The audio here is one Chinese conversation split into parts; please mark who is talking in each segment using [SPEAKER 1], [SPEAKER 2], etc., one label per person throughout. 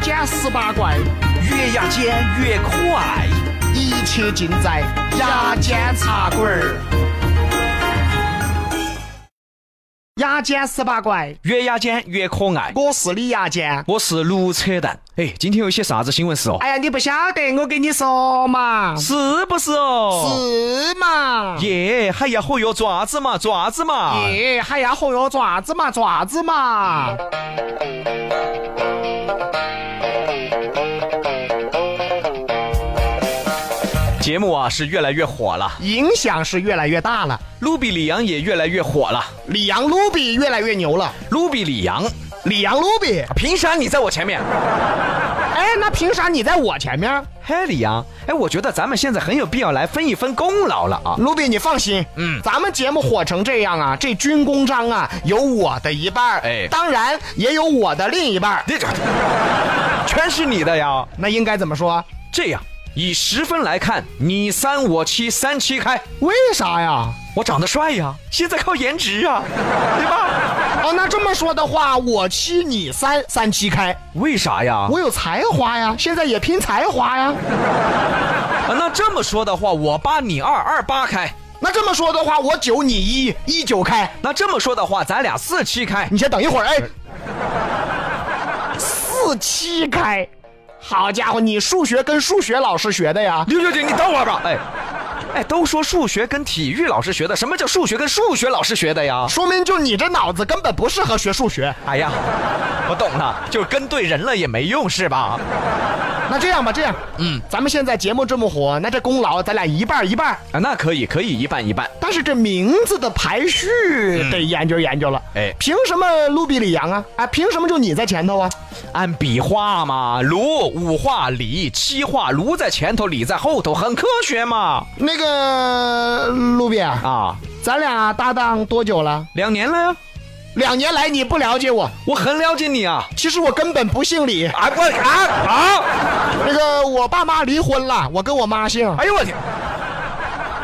[SPEAKER 1] 减十八怪，越牙尖越可爱，一切尽在牙尖茶馆儿。牙尖十八怪，
[SPEAKER 2] 越牙尖越可爱。
[SPEAKER 1] 我是李牙尖。
[SPEAKER 2] 我是卢扯蛋。哎，今天有些啥子新闻事哦？
[SPEAKER 1] 哎呀，你不晓得，我跟你说嘛，
[SPEAKER 2] 是不是哦？
[SPEAKER 1] 是嘛？
[SPEAKER 2] 耶，还要喝药爪子嘛，爪子嘛。
[SPEAKER 1] 耶，还要喝药爪子嘛，爪子嘛。
[SPEAKER 2] 节目啊是越来越火了，
[SPEAKER 1] 影响是越来越大了，
[SPEAKER 2] 卢比里昂也越来越火了。
[SPEAKER 1] 里昂卢比越来越牛了，
[SPEAKER 2] 卢比里昂，
[SPEAKER 1] 里昂卢比。
[SPEAKER 2] 凭啥你在我前面？
[SPEAKER 1] 哎，那凭啥你在我前面？
[SPEAKER 2] 嘿，里昂，哎，我觉得咱们现在很有必要来分一分功劳了啊。
[SPEAKER 1] 卢比，你放心，嗯，咱们节目火成这样啊，这军功章啊，有我的一半儿，
[SPEAKER 2] 哎
[SPEAKER 1] 当然也有我的另一半儿。
[SPEAKER 2] 这这，全是你的呀。
[SPEAKER 1] 那应该怎么说？
[SPEAKER 2] 这样，以十分来看，你三我七，三七开。
[SPEAKER 1] 为啥呀？
[SPEAKER 2] 我长得帅呀，现在靠颜值啊，对吧？
[SPEAKER 1] 哦，那这么说的话，我七你三，三七开。
[SPEAKER 2] 为啥呀？
[SPEAKER 1] 我有才华呀，现在也拼才华呀。
[SPEAKER 2] 啊，那这么说的话，我八你二，二八开。
[SPEAKER 1] 那这么说的话，我九你一，一九开。
[SPEAKER 2] 那这么说的话，咱俩四七开。
[SPEAKER 1] 你先等一会儿，哎，四七开，好家伙，你数学跟数学老师学的呀？
[SPEAKER 2] 刘学姐，你等会儿吧。哎，哎，都说数学跟体育老师学的，什么叫数学跟数学老师学的呀？
[SPEAKER 1] 说明就你这脑子根本不适合学数学。
[SPEAKER 2] 哎呀，我懂了，就是跟对人了也没用是吧？
[SPEAKER 1] 那这样吧，这样，嗯，咱们现在节目这么火，那这功劳咱俩一半儿一半儿，
[SPEAKER 2] 啊，那可以，可以一半一半。
[SPEAKER 1] 但是这名字的排序得研究研究了。
[SPEAKER 2] 哎
[SPEAKER 1] 凭什么卢比里扬啊？啊，凭什么就你在前头啊？
[SPEAKER 2] 按笔画嘛，卢五画李七画，卢在前头，李在后头，很科学嘛。
[SPEAKER 1] 那个卢比啊，
[SPEAKER 2] 啊，
[SPEAKER 1] 咱俩搭档多久了？
[SPEAKER 2] 两年了呀，
[SPEAKER 1] 两年来你不了解我，
[SPEAKER 2] 我很了解你啊。
[SPEAKER 1] 其实我根本不姓李。
[SPEAKER 2] 啊我啊啊！
[SPEAKER 1] 那个我爸妈离婚了，我跟我妈姓
[SPEAKER 2] 哎呦我天！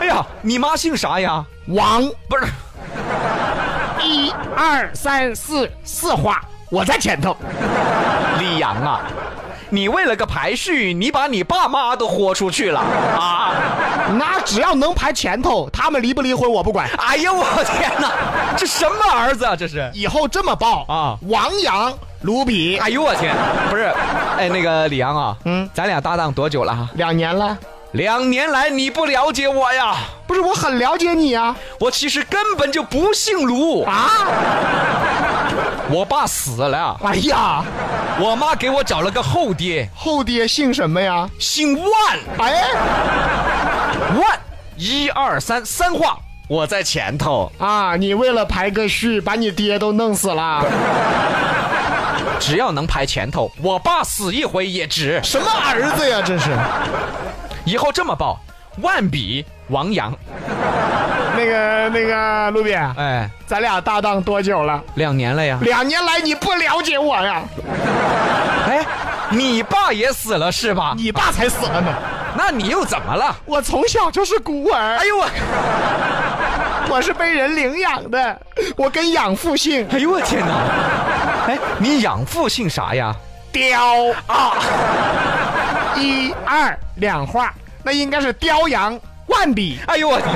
[SPEAKER 2] 哎呀，你妈姓啥呀？
[SPEAKER 1] 王，
[SPEAKER 2] 不是，
[SPEAKER 1] 一二三四四花，我在前头。
[SPEAKER 2] 李阳啊，你为了个排序，你把你爸妈都豁出去了啊！
[SPEAKER 1] 那只要能排前头，他们离不离婚我不管。
[SPEAKER 2] 哎呀，我天哪，这什么儿子啊，这是！
[SPEAKER 1] 以后这么报
[SPEAKER 2] 啊
[SPEAKER 1] 王阳、卢比，
[SPEAKER 2] 哎呦我天，不是，哎那个李阳啊，
[SPEAKER 1] 嗯
[SPEAKER 2] 咱俩搭档多久了啊？
[SPEAKER 1] 两年了，
[SPEAKER 2] 两年来你不了解我呀，
[SPEAKER 1] 不是我很了解你啊
[SPEAKER 2] 我其实根本就不姓卢，
[SPEAKER 1] 啊！
[SPEAKER 2] 我爸死了，啊
[SPEAKER 1] 哎呀，
[SPEAKER 2] 我妈给我找了个后爹，
[SPEAKER 1] 后爹姓什么呀？
[SPEAKER 2] 姓万。
[SPEAKER 1] 哎
[SPEAKER 2] 万一二三三画，我在前头，
[SPEAKER 1] 啊，你为了排个序，把你爹都弄死了，
[SPEAKER 2] 只要能排前头，我爸死一回也值。
[SPEAKER 1] 什么儿子呀？这是
[SPEAKER 2] 以后这么报，万比王阳，
[SPEAKER 1] 那个那个卢比，
[SPEAKER 2] 哎，
[SPEAKER 1] 咱俩搭档多久了？
[SPEAKER 2] 两年了呀。
[SPEAKER 1] 两年来你不了解我呀，
[SPEAKER 2] 哎，你爸也死了是吧？
[SPEAKER 1] 你爸才死了呢。
[SPEAKER 2] 那你又怎么了？
[SPEAKER 1] 我从小就是孤儿
[SPEAKER 2] 哎，呦我，
[SPEAKER 1] 我是被人领养的，我跟养父姓
[SPEAKER 2] 哎呦我天哪！哎，你养父姓啥呀？
[SPEAKER 1] 雕啊，
[SPEAKER 2] 啊
[SPEAKER 1] 一二两画，那应该是雕羊万比。
[SPEAKER 2] 哎呦我天！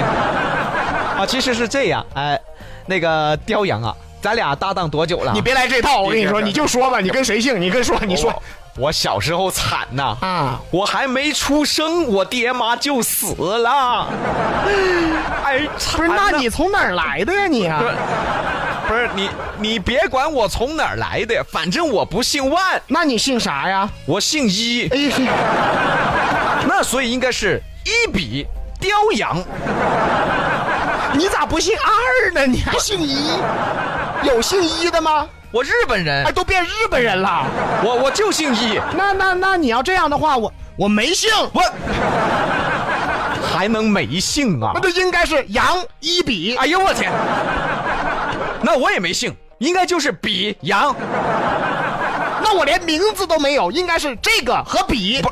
[SPEAKER 2] 啊，其实是这样，哎，那个刁阳啊，咱俩搭档多久了？
[SPEAKER 1] 你别来这套，我跟你说，
[SPEAKER 2] 啊别别别
[SPEAKER 1] 你就说吧，你跟谁姓？你 跟说，你说
[SPEAKER 2] 我，我小时候惨呐、
[SPEAKER 1] 啊，
[SPEAKER 2] 我还没出生，我爹妈就死了。哎，
[SPEAKER 1] 不
[SPEAKER 2] 不
[SPEAKER 1] 是？那你从哪儿来的呀你啊
[SPEAKER 2] 不？是不是你你别管我从哪儿来的，反正我不姓万，
[SPEAKER 1] 那你姓啥呀？
[SPEAKER 2] 我姓一，
[SPEAKER 1] 哎 呀，
[SPEAKER 2] 那所以应该是一比雕羊。
[SPEAKER 1] 你咋不姓二呢？你还姓一？有姓一的 吗？
[SPEAKER 2] 我日本人
[SPEAKER 1] 哎，，都变日本人了。
[SPEAKER 2] 我我就姓一，
[SPEAKER 1] 那那那你要这样的话，我我没姓，
[SPEAKER 2] 我还能没姓啊
[SPEAKER 1] 那？就应该是杨一 比。
[SPEAKER 2] 哎呦我天，那我也没姓，应该就是比羊。
[SPEAKER 1] 那我连名字都没有，应该是这个和比。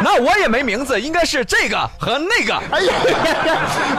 [SPEAKER 2] 那我也没名字，应该是这个和那个。
[SPEAKER 1] 哎呀，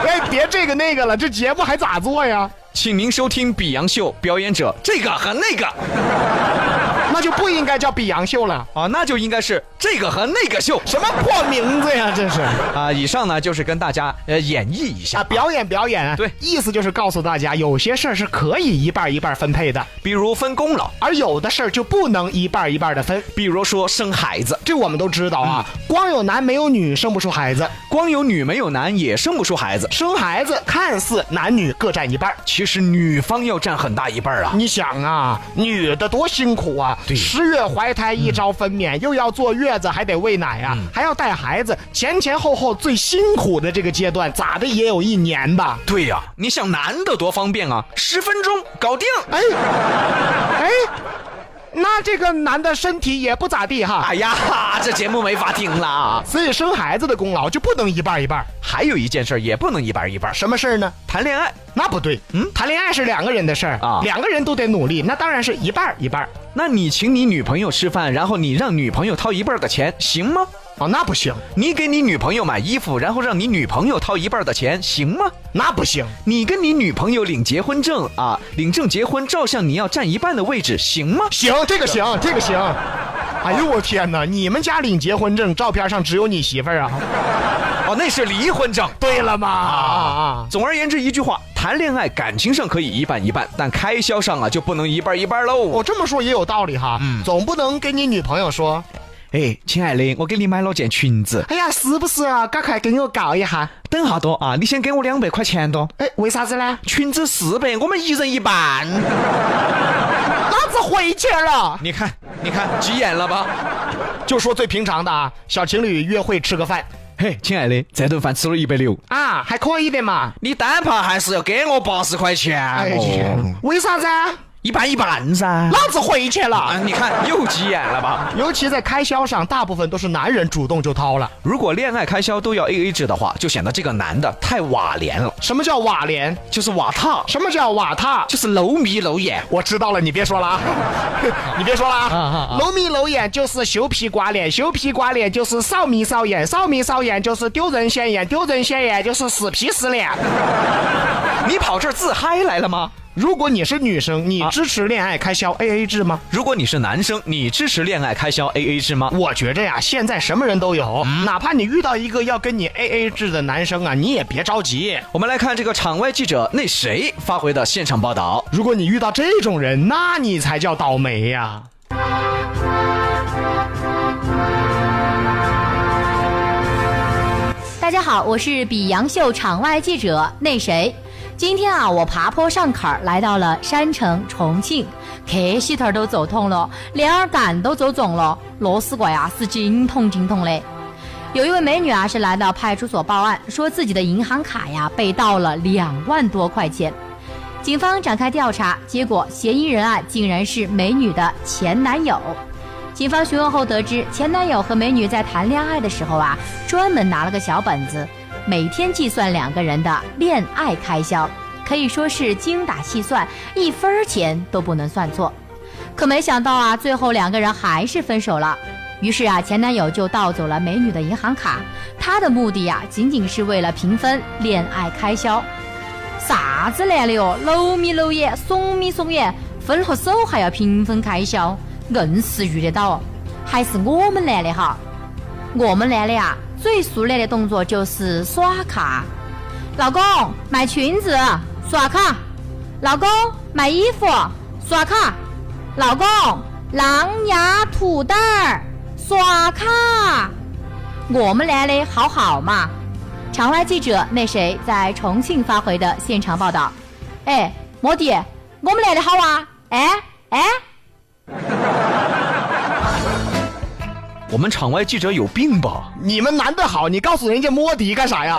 [SPEAKER 1] 哎，别这个那个了，这节目还咋做呀？
[SPEAKER 2] 请您收听《比洋秀》，表演者这个和那个。
[SPEAKER 1] 那那就不应该叫比洋秀了。
[SPEAKER 2] 啊，那就应该是这个和那个秀
[SPEAKER 1] 什么破名字呀，真是啊！
[SPEAKER 2] 啊。以上呢就是跟大家呃演绎一下，
[SPEAKER 1] 表演表演，
[SPEAKER 2] 对
[SPEAKER 1] 意思就是告诉大家，有些事儿是可以一半一半分配的，
[SPEAKER 2] 比如分功劳，
[SPEAKER 1] 而有的事儿就不能一半一半的分。
[SPEAKER 2] 比如说生孩子，
[SPEAKER 1] 这我们都知道啊，光有男没有女生不出孩子，
[SPEAKER 2] 光有女没有男也生不出孩子，
[SPEAKER 1] 生孩子看似男女各占一半儿，
[SPEAKER 2] 其实女方要占很大一半儿啊。
[SPEAKER 1] 你想啊，女的多辛苦啊！
[SPEAKER 2] 对嗯
[SPEAKER 1] 十月怀胎，一朝分娩，又要坐月子，还得喂奶啊，还要带孩子，前前后后最辛苦的这个阶段，咋的也有一年吧？
[SPEAKER 2] 对呀、你想男的多方便啊，十分钟搞定。
[SPEAKER 1] 哎，哎，那这个男的身体也不咋地哈，
[SPEAKER 2] 哎呀，这节目没法听了啊！
[SPEAKER 1] 所以生孩子的功劳就不能一半一半。
[SPEAKER 2] 还有一件事儿也不能一半儿一半儿，
[SPEAKER 1] 什么事儿呢？
[SPEAKER 2] 谈恋爱。
[SPEAKER 1] 那不对，嗯，谈恋爱是两个人的事儿
[SPEAKER 2] 啊
[SPEAKER 1] 两个人都得努力，那当然是一半儿一半儿。
[SPEAKER 2] 那你请你女朋友吃饭，然后你让女朋友掏一半儿的钱，行吗？
[SPEAKER 1] 哦，那不行，
[SPEAKER 2] 你给你女朋友买衣服，然后让你女朋友掏一半儿的钱，行吗？
[SPEAKER 1] 那不行，
[SPEAKER 2] 你跟你女朋友领结婚证啊，领证结婚照相你要占一半的位置，行吗？
[SPEAKER 1] 行，这个行，这个行。哎呦我天哪！你们家领结婚证照片上只有你媳妇儿啊？
[SPEAKER 2] 哦，那是离婚证。
[SPEAKER 1] 对了嘛？啊啊！
[SPEAKER 2] 总而言之，一句话，谈恋爱感情上可以一半一半，但开销上啊就不能一半一半喽。
[SPEAKER 1] 我这么说也有道理哈，总不能跟你女朋友说，
[SPEAKER 2] 哎，亲爱的，我给你买了件裙子，
[SPEAKER 1] 哎呀，是不是啊？赶快给我搞一下。
[SPEAKER 2] 等下多啊，你先给我两百块钱多。
[SPEAKER 1] 哎，为啥子呢？
[SPEAKER 2] 裙子四百，我们一人一半。
[SPEAKER 1] 老子回去了。
[SPEAKER 2] 你看，你看，急眼了吧？
[SPEAKER 1] 就说最平常的啊，小情侣约会吃个饭
[SPEAKER 2] 嘿，亲爱的，这顿饭吃了一百六，
[SPEAKER 1] 啊，还可以的嘛。
[SPEAKER 2] 你单盘还是要给我八十块钱。
[SPEAKER 1] 哎
[SPEAKER 2] 哦
[SPEAKER 1] 呀，为啥子啊？哎
[SPEAKER 2] 一半一半噻。
[SPEAKER 1] 老子回去
[SPEAKER 2] 啊，
[SPEAKER 1] 了。
[SPEAKER 2] 你看又急眼了吧？
[SPEAKER 1] 尤其在开销上，大部分都是男人主动就掏了。
[SPEAKER 2] 如果恋爱开销都要 A A 制的话，就显得这个男的太瓦脸了，
[SPEAKER 1] 什么叫瓦联？
[SPEAKER 2] 就是瓦塔，
[SPEAKER 1] 什么叫瓦塔？
[SPEAKER 2] 就是楼迷楼眼。
[SPEAKER 1] 我知道了，你别说了啊， 你别说了
[SPEAKER 2] 啊啊
[SPEAKER 1] 啊
[SPEAKER 2] 啊。
[SPEAKER 1] 楼迷楼眼就是羞皮寡脸，羞皮寡脸就是少迷少眼，少迷少眼就是丢人现眼，丢人现眼就是死皮死脸。
[SPEAKER 2] 你跑这儿自嗨来了吗？
[SPEAKER 1] 如果你是女生，你
[SPEAKER 2] 啊
[SPEAKER 1] 支持恋爱开销 A A 制吗？
[SPEAKER 2] 如果你是男生，你支持恋爱开销 A A 制吗？
[SPEAKER 1] 我觉着呀，现在什么人都有，
[SPEAKER 2] 嗯
[SPEAKER 1] 哪怕你遇到一个要跟你 A A 制的男生啊，你也别着急。
[SPEAKER 2] 我们来看这个场外记者那谁发回的现场报道。
[SPEAKER 1] 如果你遇到这种人，那你才叫倒霉呀！
[SPEAKER 3] 大家好，我是比洋秀场外记者那谁。今天啊，我爬坡上坎儿来到了山城重庆，开西头儿都走痛了，连儿杆都走肿了，螺丝拐啊是筋痛筋痛嘞。有一位美女啊是来到派出所报案，说自己的银行卡呀被盗了两万多块钱。警方展开调查，结果嫌疑人啊竟然是美女的前男友。警方询问后得知，前男友和美女在谈恋爱的时候啊，专门拿了个小本子，每天计算两个人的恋爱开销，可以说是精打细算，一分儿钱都不能算错。可没想到啊，最后两个人还是分手了。于是啊，前男友就盗走了美女的银行卡，他的目的呀、仅仅是为了平分恋爱开销。啥子来了哟？搂咪搂眼，怂咪怂眼，分了手还要平分开销，硬是遇得到，还是我们来的哈。我们来的呀，最熟练的动作就是刷卡。老公买裙子，刷卡；老公买衣服，刷卡；老公狼牙土豆儿，刷卡。我们来的好好嘛。场外记者那谁在重庆发回的现场报道。哎，摩的，我们来的好啊！哎哎，
[SPEAKER 2] 我们场外记者有病吧？
[SPEAKER 1] 你们男的好，你告诉人家摸底干啥呀？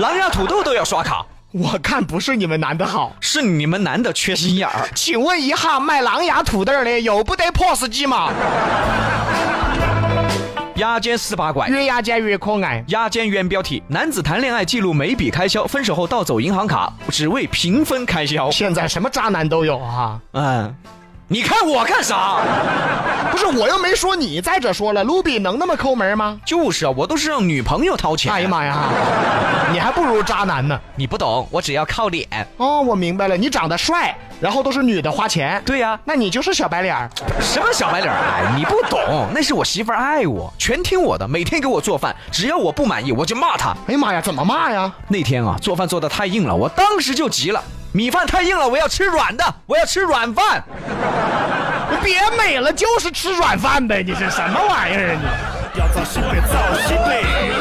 [SPEAKER 2] 狼牙土豆都要刷卡，
[SPEAKER 1] 我看不是你们男的好。
[SPEAKER 2] 是你们男的缺心眼 儿。
[SPEAKER 1] 请问一下，卖狼牙土豆儿的有不得 POS 机吗？
[SPEAKER 2] 压尖十八拐。
[SPEAKER 1] 越压尖越可爱。
[SPEAKER 2] 压尖原标题：男子谈恋爱记录每笔开销，分手后盗走银行卡，只为平分开销。
[SPEAKER 1] 啊现在什么渣男都有哈、
[SPEAKER 2] 嗯，你看我干啥？
[SPEAKER 1] 不是，我又没说你。再者说了，卢比能那么抠门吗？
[SPEAKER 2] 就是啊，我都是让女朋友掏钱。
[SPEAKER 1] 哎呀妈呀，你还不如渣男呢。
[SPEAKER 2] 你不懂，我只要靠脸。
[SPEAKER 1] 哦，我明白了，你长得帅，然后都是女的花钱，
[SPEAKER 2] 对呀、
[SPEAKER 1] 那你就是小白脸儿。
[SPEAKER 2] 什么小白脸儿？哎，你不懂，那是我媳妇儿爱我，全听我的，每天给我做饭，只要我不满意，我就骂她。
[SPEAKER 1] 哎呀妈呀，怎么骂呀？
[SPEAKER 2] 那天啊，做饭做的太硬了，我当时就急了，米饭太硬了，我要吃软的，我要吃软饭。
[SPEAKER 1] 你别美了，就是吃软饭呗！你这什么玩意儿啊你？
[SPEAKER 4] 要造新北，造新北。